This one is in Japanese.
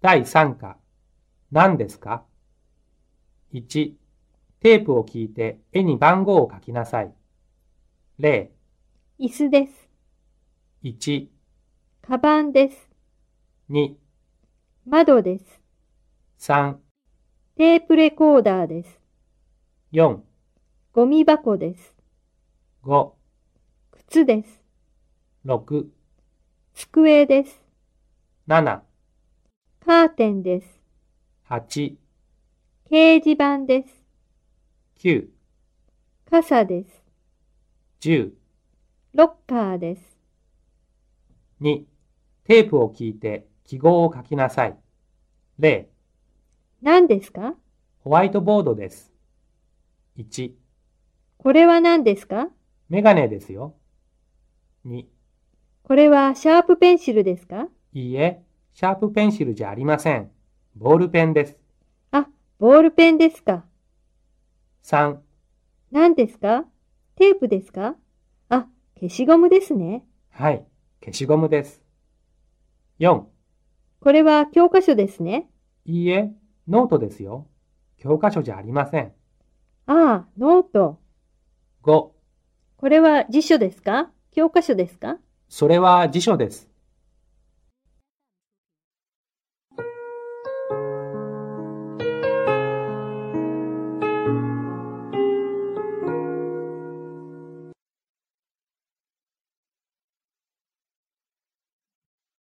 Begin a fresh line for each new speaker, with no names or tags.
第3課、何ですか ?1、テープを聞いて絵に番号を書きなさい。0、
椅子です。
1、
カバンです。
2、
窓です。
3、
テープレコーダーです。
4、
ゴミ箱です。
5、
靴です。
6、
机です。
7、
カーテンです。
8、
掲示板です。
9、
傘です。
10、
ロッカーです。
2、テープを聞いて記号を書きなさい。0、
何ですか
ホワイトボードです。1、
これは何ですか
メガネですよ。2、
これはシャープペンシルですか
いいえ、シャープペンシルじゃありません。ボールペンです。
あ、ボールペンですか
3、
何ですかテープですかあ、消しゴムですね。
はい、消しゴムです。4、
これは教科書ですね。
いいえ、ノートですよ。教科書じゃありません。
ああ、ノート。
5、
これは辞書ですか教科書ですか
それは辞書です。